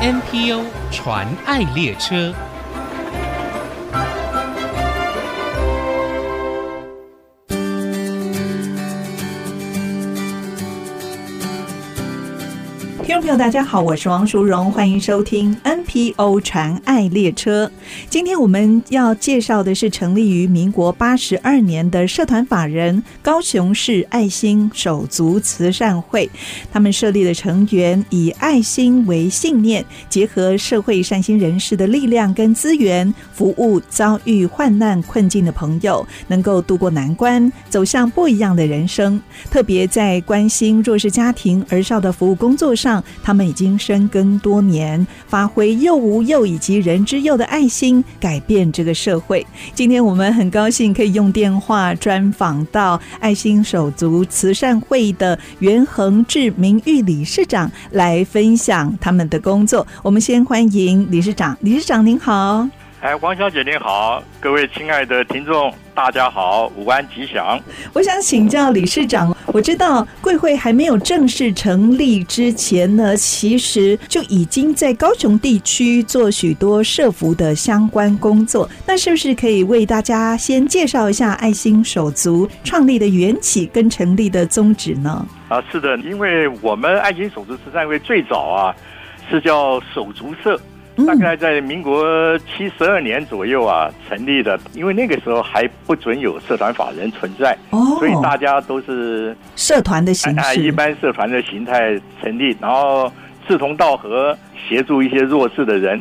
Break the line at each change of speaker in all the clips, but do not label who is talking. NPO 传爱列车。
听众朋友，大家好，我是王淑荣，欢迎收听 NPO 传爱列车。今天我们要介绍的是成立于民国八十二年的社团法人高雄市爱心手足慈善会，他们设立的成员以爱心为信念，结合社会善心人士的力量跟资源，服务遭遇患难困境的朋友，能够渡过难关，走向不一样的人生。特别在关心弱势家庭儿少的服务工作上，他们已经深耕多年，发挥幼无幼以及人之幼的爱心，改变这个社会。今天我们很高兴可以用电话专访到爱心手足慈善会的袁恒志名誉理事长来分享他们的工作。我们先欢迎理事长，理事长您好。
哎，王小姐您好，各位亲爱的听众，大家好，午安吉祥。
我想请教理事长，我知道贵会还没有正式成立之前呢，其实就已经在高雄地区做许多社服的相关工作。那是不是可以为大家先介绍一下爱心手足创立的缘起跟成立的宗旨呢？
啊，是的，因为我们爱心手足慈善会最早啊是叫手足社，
嗯
大概在民国七十二年左右啊成立的，因为那个时候还不准有社团法人存在，
哦
所以大家都是
社团的形
按一
式，
般社团的形态成立，然后志同道合，协助一些弱势的人，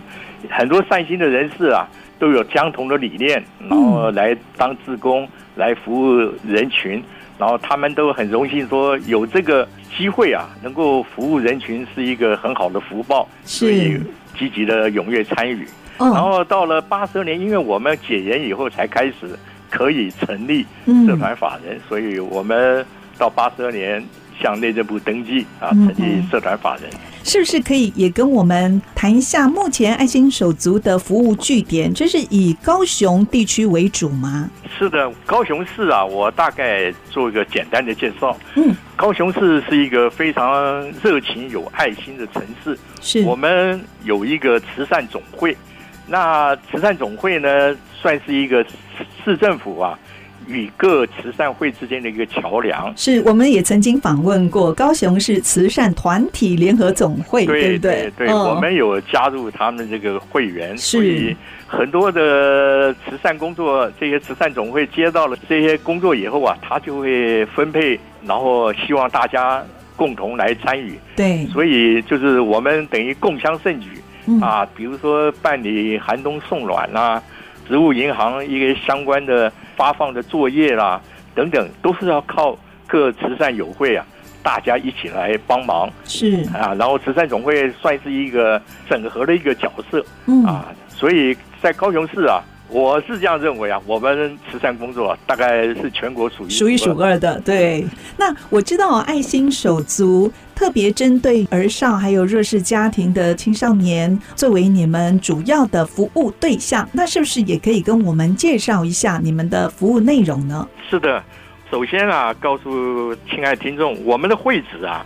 很多善心的人士啊，都有相同的理念，然后来当志工，来服务人群，然后他们都很荣幸说有这个机会啊，能够服务人群是一个很好的福报，所以
是
积极的踊跃参与。然
嗯
后到了八十年，因为我们解严以后才开始可以成立社
嗯
团法人，所以我们到八十二年向内政部登记啊，
嗯
成立社团法人。
是不是可以也跟我们谈一下目前爱心手足的服务据点？这是以高雄地区为主吗？
是的，高雄市啊，我大概做一个简单的介绍。
嗯，
高雄市是一个非常热情有爱心的城市，
是
我们有一个慈善总会，那慈善总会呢，算是一个市政府啊与各慈善会之间的一个桥梁。
是我们也曾经访问过高雄市慈善团体联合总 会，
对
不对？
对，
嗯
我们有加入他们这个会员，
是
所以很多的慈善工作，这些慈善总会接到了这些工作以后啊，他就会分配，然后希望大家共同来参与，
对，
所以就是我们等于共襄盛举
嗯，
啊，比如说办理寒冬送暖啦、植物银行一个相关的发放的作业啦、等等，都是要靠各慈善友会啊，大家一起来帮忙。
是
啊，然后慈善总会算是一个整合的一个角色
嗯、
啊，所以在高雄市啊，我是这样认为啊，我们慈善工作、啊、大概是全国数一
数一数
二。
二的。对，那我知道爱心手足特别针对儿少还有弱势家庭的青少年作为你们主要的服务对象，那是不是也可以跟我们介绍一下你们的服务内容呢？
是的，首先啊，告诉亲爱听众，我们的会址啊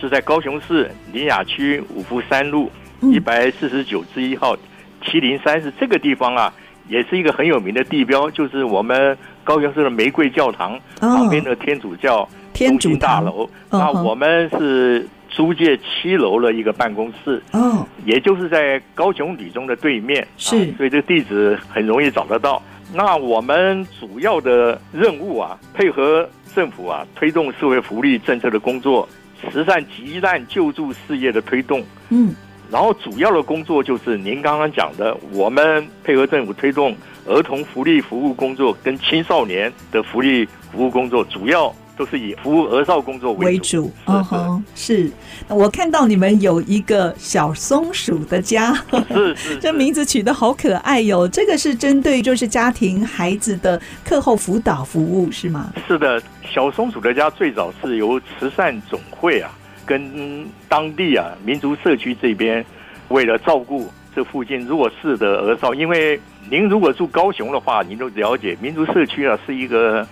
是在高雄市林雅区五福三路
嗯
一百四十九之一号七零三室这个地方啊，也是一个很有名的地标，就是我们高雄市的玫瑰教堂
哦
旁边的天主教。
啊天
中
主
心大
堂
楼。
嗯
那
哼
我们是租借七楼的一个办公室，
哦，
也就是在高雄女中的对面，
是
啊所以这个地址很容易找得到。那我们主要的任务啊，配合政府啊，推动社会福利政策的工作，慈善急难救助事业的推动。
嗯，
然后主要的工作就是您刚刚讲的，我们配合政府推动儿童福利服务工作跟青少年的福利服务工作，主要都是以服务儿少工作为
为
主。
主，
是
嗯哼，是。我看到你们有一个小松鼠的家，
是是是
这名字取得好可爱哟、这个是针对就是家庭孩子的课后辅导服务是吗？
是的，小松鼠的家最早是由慈善总会啊，跟当地啊民族社区这边，为了照顾这附近弱势的儿少，因为您如果住高雄的话，您都了解民族社区啊是一个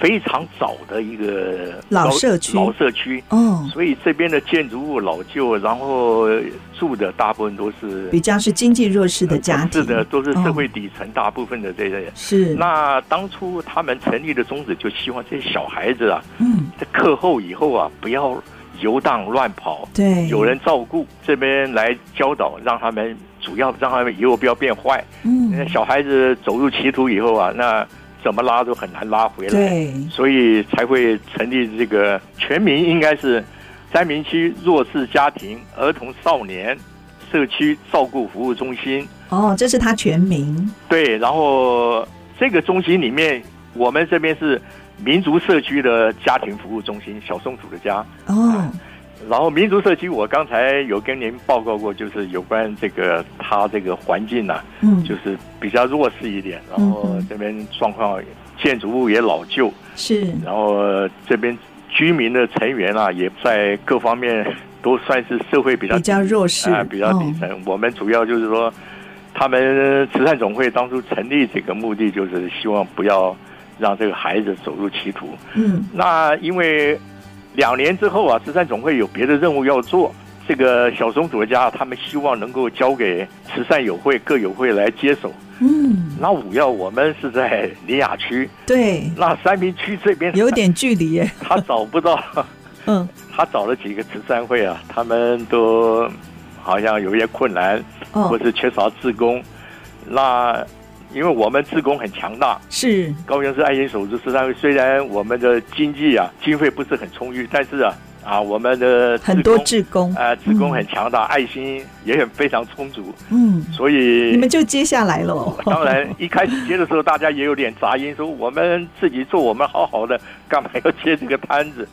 非常早的一个
老社区
老社区，
哦，
所以这边的建筑物老旧，然后住的大部分都是
比较是经济弱势的家庭，嗯
是的，都是社会底层大部分的这些人。
是，
那当初他们成立的宗旨，就希望这些小孩子啊，
嗯，
在课后以后啊，不要游荡乱跑，
对，
有人照顾，这边来教导，让他们主要让他们以后不要变坏。那
嗯，
小孩子走入歧途以后啊，那怎么拉都很难拉回来，
对，
所以才会成立这个全民应该是灾民区弱势家庭儿童少年社区照顾服务中心。
哦，这是他全名，
对，然后这个中心里面，我们这边是民族社区的家庭服务中心，小松鼠的家。啊
哦，
然后民族社区，我刚才有跟您报告过，就是有关这个它这个环境呐、
嗯，
就是比较弱势一点，然后
嗯哼
这边状况建筑物也老旧，
是，
然后这边居民的成员啊，也在各方面都算是社会比较
比较弱势，嗯
啊，比较底层。我们主要就是说，他们慈善总会当初成立这个目的，就是希望不要让这个孩子走入歧途。
哦，嗯，
那因为两年之后啊，慈善总会有别的任务要做。这个小松鼠的家，他们希望能够交给慈善友会各友会来接手。
嗯，
那五要我们是在林雅区，
对，
那三明区这边
有点距离耶，
他找不到，
嗯，
他找了几个慈善会啊，他们都好像有一些困难。或
哦，
是缺少志工。那因为我们志工很强大，
是，
高雄市爱心手足慈善会虽然我们的经济啊经费不是很充裕，但是啊啊我们的志工
很多嗯志工，
啊、志工很强大，爱心也很非常充足，
嗯，
所
你
以
们。哦就接下来喽，
当然，一开始接的时候，大家也有点杂音，说我们自己做，我们好好的，干嘛要接这个摊子？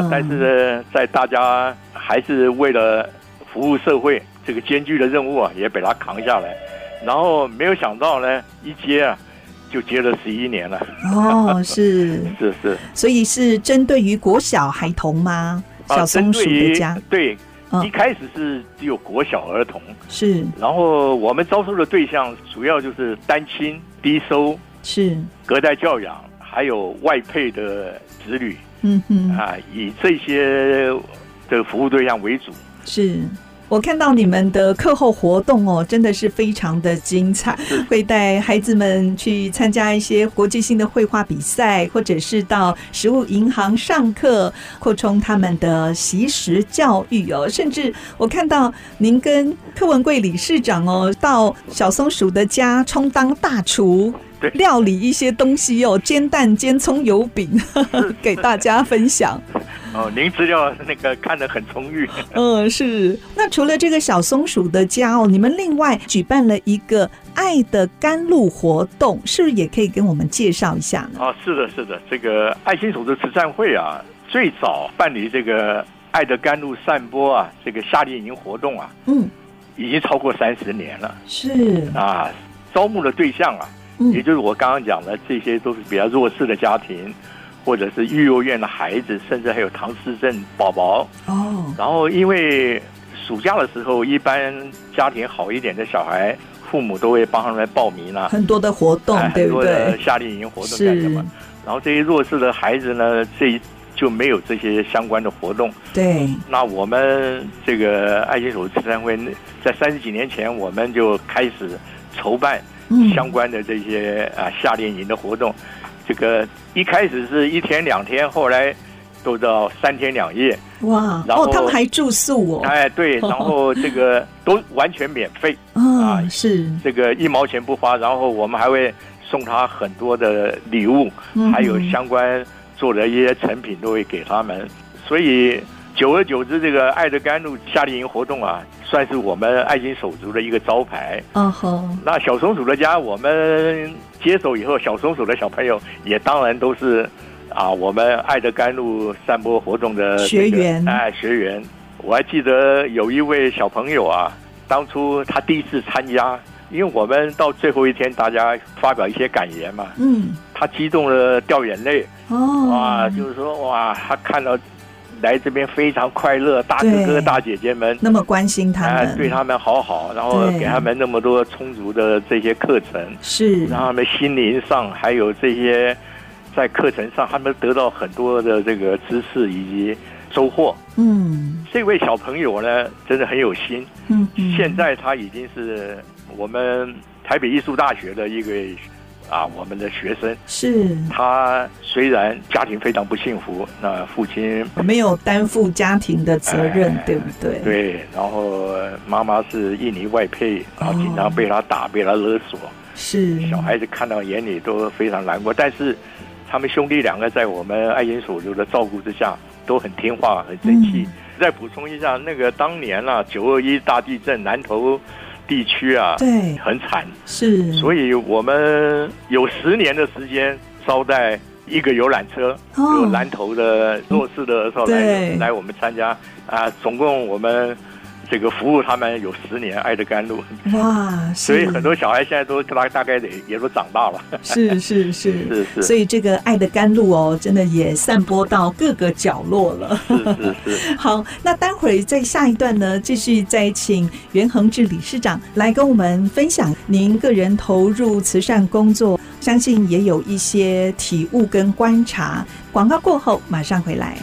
嗯，，
但是呢在大家还是为了服务社会这个艰巨的任务啊，也被他扛下来。然后没有想到呢，一接啊，就接了十一年了。
哦，是，
是是，
所以是针对于国小孩童吗？
啊
小松鼠的家、
针对于
嗯
对，一开始是只有国小儿童，
是
然后我们招收的对象主要就是单亲、低收、
是，
隔代教养，还有外配的子女
嗯哼，
啊，以这些的服务对象为主。
是。我看到你们的课后活动哦，真的是非常的精彩，会带孩子们去参加一些国际性的绘画比赛，或者是到食物银行上课，扩充他们的习识教育哦。甚至我看到您跟柯文贵理事长哦，到小松鼠的家充当大厨，
对
料理一些东西哦，煎蛋、煎葱油饼， 给大家分享。
哦，您资料那个看得很充裕。
嗯，是。那除了这个小松鼠的家哦，你们另外举办了一个爱的甘露活动，是不是也可以跟我们介绍一下呢？
啊，是的，是的，这个爱心手足慈善会啊，最早办理这个爱的甘露散播啊，这个夏令营活动啊，
嗯，
已经超过三十年了
是，
啊。招募的对象啊，也
嗯，
就是我刚刚讲的，这些都是比较弱势的家庭，或者是育幼院的孩子，甚至还有唐氏症宝宝。
哦，
然后因为暑假的时候，一般家庭好一点的小孩，父母都会帮他们报名啊，
很多的活动，
哎
哦对
很
不
多的
对？
夏令营活动干什
是
么？，然后这些弱势的孩子呢，这一就没有这些相关的活动。
对，
那我们这个爱心手慈善会在三十几年前，我们就开始筹办
嗯，
相关的这些啊夏令营的活动。这个一开始是一天两天，后来都到三天两夜。
哇，
然后
哦，他们还住宿哦，
哎，对，然后这个都完全免费，
啊，
哎
是，
这个一毛钱不花。然后我们还会送他很多的礼物，
嗯
还有相关做的一些成品都会给他们。所以久而久之，这个爱的甘露夏令营活动啊，算是我们爱心手足的一个招牌。
嗯哼，
那小松鼠的家，我们接手以后，小松鼠的小朋友也当然都是啊，我们爱的甘露散播活动的、
学员
哎，学员。我还记得有一位小朋友啊，当初他第一次参加，因为我们到最后一天，大家发表一些感言嘛，
嗯，
他激动的掉眼泪，
哦，
哇，就是说哇，他看到来这边非常快乐，大哥
对
哥大姐姐们，
那么关心他
哎
们，
对他们好好，然后
对
给他们那么多充足的这些课程，
是，
让他们心灵上还有这些在课程上他们得到很多的这个知识以及收获。
嗯
这位小朋友呢，真的很有心，
嗯嗯，
现在他已经是我们台北艺术大学的一个啊，我们的学生。
是
他虽然家庭非常不幸福，那父亲
没有担负家庭的责任，
哎
对不对？
对，然后妈妈是印尼外配，然后经常被他打、被他勒索，
哦是
小孩子啊看到眼里都非常难过。但是他们兄弟两个在我们爱研所留的照顾之下，都很听话、很争气。
嗯
再补充一下，那个当年啊，九二一大地震，南投地区啊，
对
很惨，
是，
所以我们有十年的时间招待一个游览车，
哦嗯
有南投的弱势的儿童来
对
来我们参加啊，总共我们这个服务他们有十年爱的甘露，
哇，
所以
是
很多小孩现在都大大概得也都长大了，
是是是
是是
所以这个爱的甘露哦，真的也散播到各个角落了。
是是是，
好，那待会儿在下一段呢，继续再请袁恒志理事长来跟我们分享您个人投入慈善工作，相信也有一些体悟跟观察。广告过后马上回来。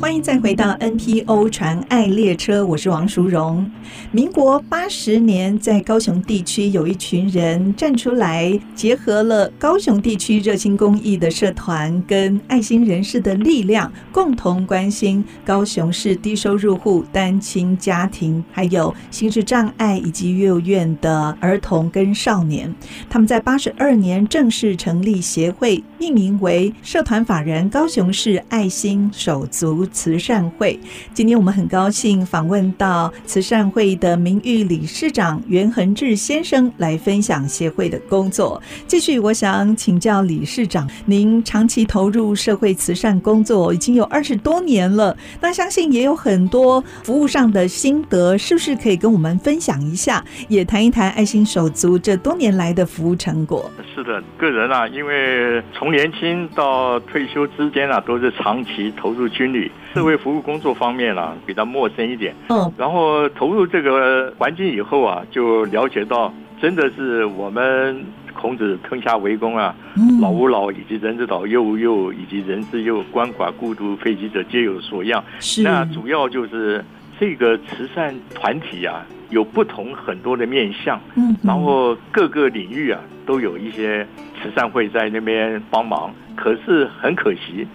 欢迎再回到 NPO 传爱列车，我是王淑荣。民国八十年，在高雄地区有一群人站出来，结合了高雄地区热心公益的社团跟爱心人士的力量，共同关心高雄市低收入户、单亲家庭，还有心智障碍以及幼院的儿童跟少年。他们在八十二年正式成立协会，命名为社团法人高雄市爱心手足慈善会。今天我们很高兴访问到慈善会的名誉理事长袁恒志先生来分享协会的工作。继续，我想请教理事长，您长期投入社会慈善工作已经有二十多年了，那相信也有很多服务上的心得，是不是可以跟我们分享一下？也谈一谈爱心手足这多年来的服务成果。
是的，个人啊，因为从年轻到退休之间啊，都是长期投入军旅，社会服务工作方面啊，比较陌生一点。
嗯，
然后投入这个环境以后啊，就了解到真的是我们孔子坑下为公啊，
嗯
老吾老以及人之老，幼吾幼以及人之幼，鳏寡孤独废疾者皆有所养。
是
那主要就是这个慈善团体啊，有不同很多的面向，
嗯，
然后各个领域啊都有一些慈善会在那边帮忙。可是很可惜，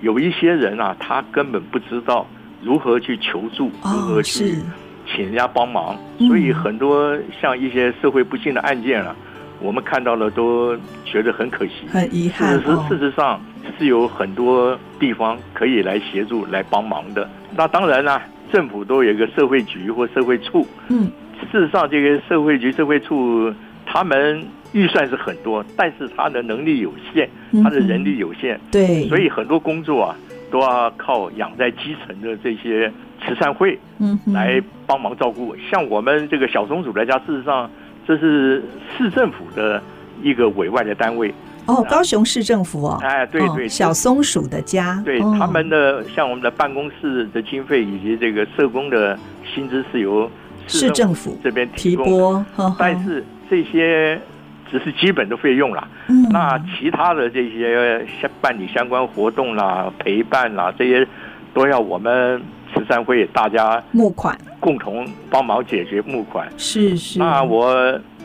有一些人啊，他根本不知道如何去求助，
哦
如何去
是
请人家帮忙，
嗯
所以很多像一些社会不幸的案件啊，我们看到了都觉得很可惜。
很遗
事
憾
实
哦
事，实上是有很多地方可以来协助、来帮忙的。那当然啦、政府都有一个社会局或社会处。
嗯
事实上，这个社会局、社会处他们预算是很多，但是他的能力有限，
嗯
他的人力有限，
对，
所以很多工作啊都要靠养在基层的这些慈善会
嗯哼
来帮忙照顾。像我们这个小松鼠来家，事实上这是市政府的一个委外的单位。
哦，高雄市政府哦，
哎，对对，
哦小松鼠的家，
对
哦
他们的像我们的办公室的经费以及这个社工的薪资是由
市
政
政府
这边
提
提供的，
拨，哦呵呵
但是这些只是基本的费用啦。
嗯
那其他的这些相办理相关活动啦、陪伴啦这些，都要我们慈善会大家
募款
共同帮忙解决募款。
是是，
那我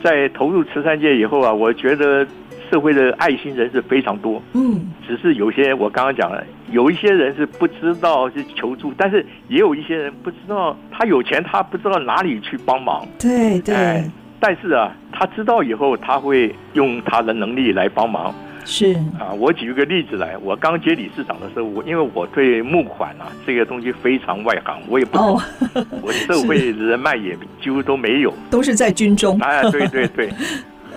在投入慈善界以后啊，我觉得社会的爱心人士非常多。
嗯
只是有些我刚刚讲了，有一些人是不知道去求助，但是也有一些人不知道他有钱，他不知道哪里去帮忙。
对对
哎但是啊，他知道以后，他会用他的能力来帮忙
是
啊。我举一个例子来，我刚接理事长的时候，我因为我对募款啊这个东西非常外行，我也不懂，
哦，
我社会人脉也几乎都没有。
都是在军中，
哎，对对对。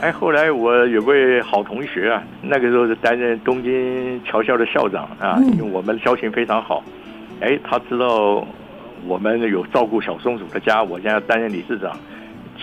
哎，后来我有位好同学啊，那个时候是担任东京侨校的校长啊，
嗯
因为我们交情非常好。哎，他知道我们有照顾小松鼠的家，我现在担任理事长，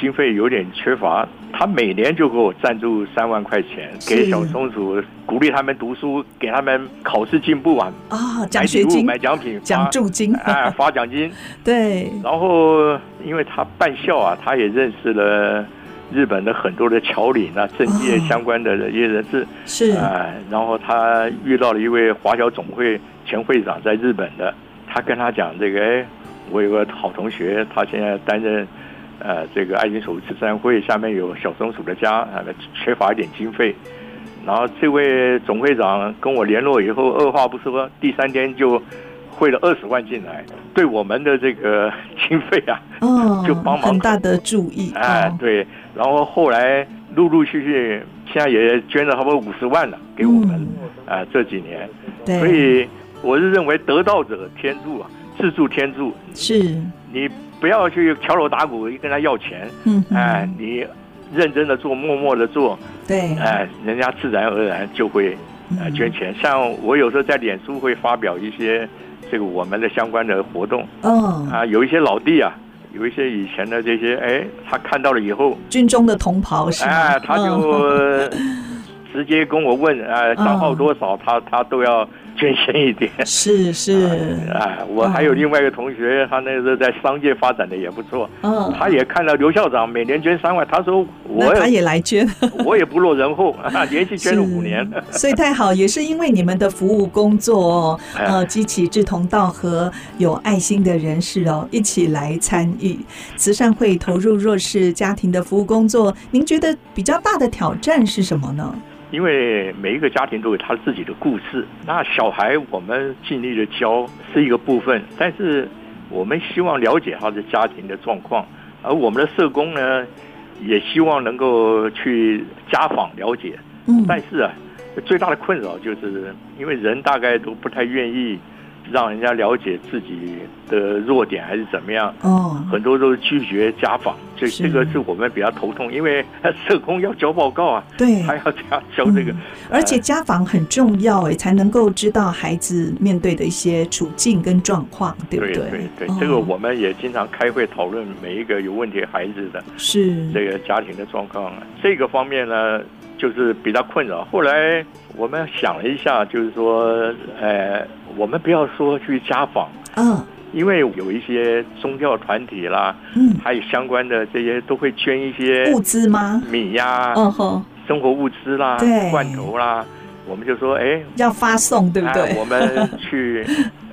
经费有点缺乏，他每年就给我赞助三万块钱，给
是
小松鼠鼓励他们读书，给他们考试进步啊，
啊，
买
奖
礼
学
物、
金、
买奖品、
奖助金
发，哎发奖金。
对，
然后因为他办校啊，他也认识了日本的很多的侨领啊、政界
哦
相关的一些人士
是
啊、然后他遇到了一位华侨总会前会长，在日本的，他跟他讲这个，哎，我有个好同学，他现在担任。呃，这个爱心手慈善会下面有小松鼠的家，呃，缺乏一点经费，然后这位总会长跟我联络以后，二话不说，第三天就汇了二十万进来，对我们的这个经费啊，
嗯，
就帮忙
很大的注意
哎，
哦
对，然后后来陆陆续续，现在也捐了差不多五十万了给我们，啊、这几年，
嗯对，
所以我是认为得道者天助啊，自助天助，
是，
你不要去敲锣打鼓跟他要钱，
嗯，
哎、
嗯，
你认真的做，默默的做，
对，
哎、人家自然而然就会呃
嗯
捐钱。像我有时候在脸书会发表一些这个我们的相关的活动
嗯，
啊，有一些老弟啊，有一些以前的这些，哎，他看到了以后，
军中的同袍是吗
哎，他
嗯
就直接跟我问，哎，账号多少，他他都要捐献 一点。
是是，
哎，我还有另外一个同学，他那时候在商界发展的也不错，
嗯，
他也看到刘校长每年捐三万，他说我
那他也来捐，
我也不落人后， 连续捐了五
是
年。
所以太好，也是因为你们的服务工作 哦，
哎
呃，激起志同道合、有爱心的人士哦，一起来参与慈善会投入弱势家庭的服务工作。您觉得比较大的挑战是什么呢？
因为每一个家庭都有他自己的故事。那小孩我们尽力的教是一个部分，但是我们希望了解他的家庭的状况，而我们的社工呢，也希望能够去家访了解。
嗯，
但是啊，最大的困扰就是因为人大概都不太愿意让人家了解自己的弱点还是怎么样。
哦，
很多都拒绝家访，这
是
这个是我们比较头痛，因为社工要交报告啊，
对，
还要加交这个
嗯，而
哎
且家访很重要诶，才能够知道孩子面对的一些处境跟状况，对不
对
对
对
哦
这个我们也经常开会讨论每一个有问题孩子的
是
这个家庭的状况。啊这个方面呢，就是比较困扰。后来我们想了一下，就是说，呃，我们不要说去家访，
嗯
因为有一些宗教团体啦，
嗯，
还有相关的这些都会捐一些
物资吗？
米呀、
嗯哼，
生活物资啦
对、
罐头啦。我们就说，哎，
要发送，对不
哎
对？
我们去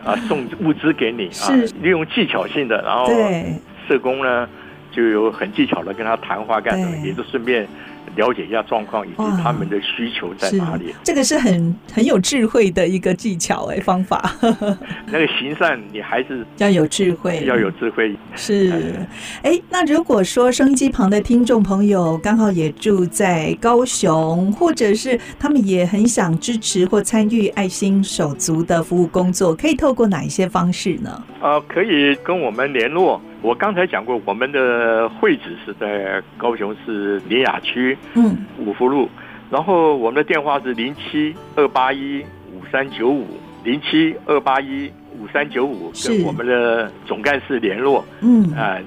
啊送物资给你 啊
是，
利用技巧性的，然后
对，
社工呢就有很技巧的跟他谈话干什么，
对
也就顺便了解一下状况以及
哇
他们的需求在
是
哪里。
这个是很很有智慧的一个技巧诶，方法
那个行善你还是
要有智慧，
要有智慧，
是，哎，那如果说收音机旁的听众朋友刚好也住在高雄，或者是他们也很想支持或参与爱心手足的服务工作，可以透过哪一些方式呢？
呃，可以跟我们联络。我刚才讲过，我们的会址是在高雄市林雅区
嗯，
五福路，然后我们的电话是零七二八一五三九五零七二八一五三九五，
是
跟我们的总干事联络。
嗯，
啊、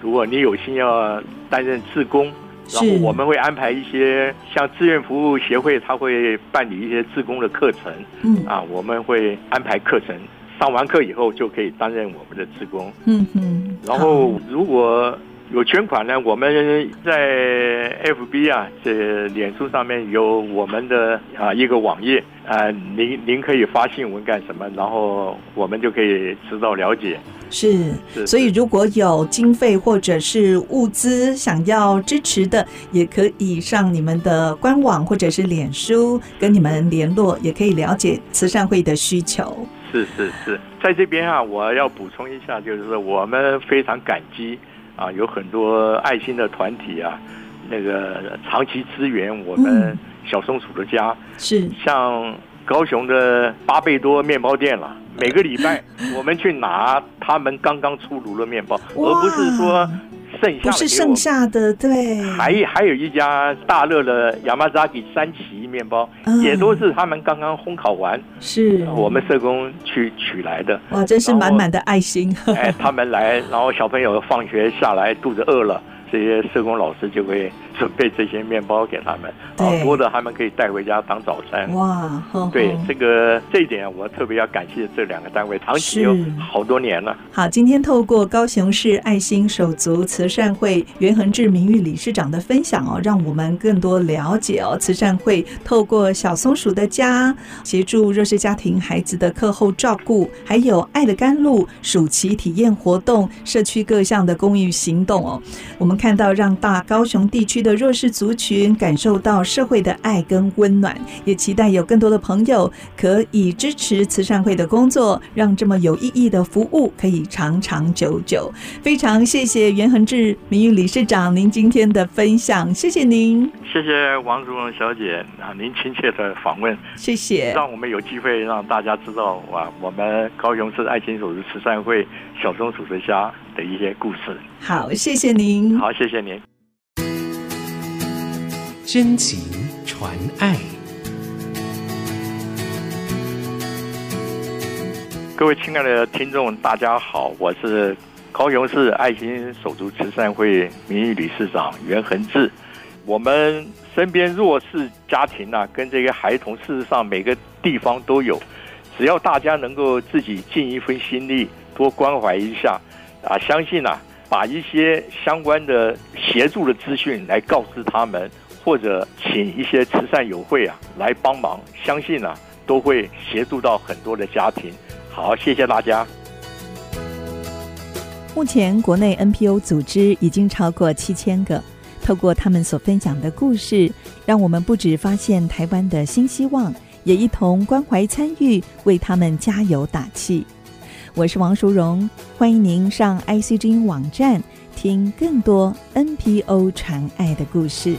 如果你有心要担任志工，然后
是
我们会安排一些像志愿服务协会，他会办理一些志工的课程
嗯
啊，我们会安排课程，上完课以后就可以担任我们的志工。
嗯嗯，
然后如果有捐款呢，我们在 FB 啊，这脸书上面有我们的啊一个网页啊，您您可以发信文干什么，然后我们就可以知道了解。
好是，
是
所以如果有经费或者是物资想要支持的，也可以上你们的官网或者是脸书跟你们联络，也可以了解慈善会的需求。
是是是，在这边啊，我要补充一下，就是说我们非常感激啊，有很多爱心的团体啊，那个长期支援我们
嗯
小松鼠的家，
是，
像高雄的巴贝多面包店了。每个礼拜我们去拿他们刚刚出炉的面包，而
哇
不是说剩下的
不是
给我
剩
们。
下的，对，
还还有一家大热的雅马扎比三旗面包，
嗯
也都是他们刚刚烘烤完，
是
我们社工去取来的。
哇，真是
然 后哎
满满的爱心，
哎，他们来，然后小朋友放学下来肚子饿了，这些社工老师就会准备这些面包给他们，
对
啊，多的他们可以带回家当早餐。
哇，呵呵
对这个这一点，我特别要感谢这两个单位，长期有
是
好多年了。
好，今天透过高雄市爱心手足慈善会袁恒志名誉理事长的分享哦，让我们更多了解哦，慈善会透过小松鼠的家，协助弱势家庭孩子的课后照顾，还有爱的甘露暑期体验活动、社区各项的公益行动哦，我们看到让大高雄地区的弱势族群感受到社会的爱跟温暖，也期待有更多的朋友可以支持慈善会的工作，让这么有意义的服务可以长长久久。非常谢谢袁恒志名誉理事长您今天的分享，谢谢您，
谢谢王主任小姐啊，您亲切的访问，
谢谢。
让我们有机会让大家知道啊，我们高雄市爱心手足慈善会小松鼠的家的一些故事。
好，谢谢您。
好，谢谢您。
真情传爱。
各位亲爱的听众，大家好，我是高雄市爱心手足慈善会名誉理事长袁恒志。我们身边弱势家庭呢、跟这些孩童，事实上每个地方都有，只要大家能够自己尽一份心力，多关怀一下，啊，相信啊，把一些相关的协助的资讯来告知他们，或者请一些慈善友会啊来帮忙，相信啊，都会协助到很多的家庭。好，谢谢大家。
目前，国内 NPO 组织已经超过七千个。透过他们所分享的故事，让我们不止发现台湾的新希望，也一同关怀参与，为他们加油打气。我是王淑荣，欢迎您上 IC 之音网站听更多 NPO 传爱的故事。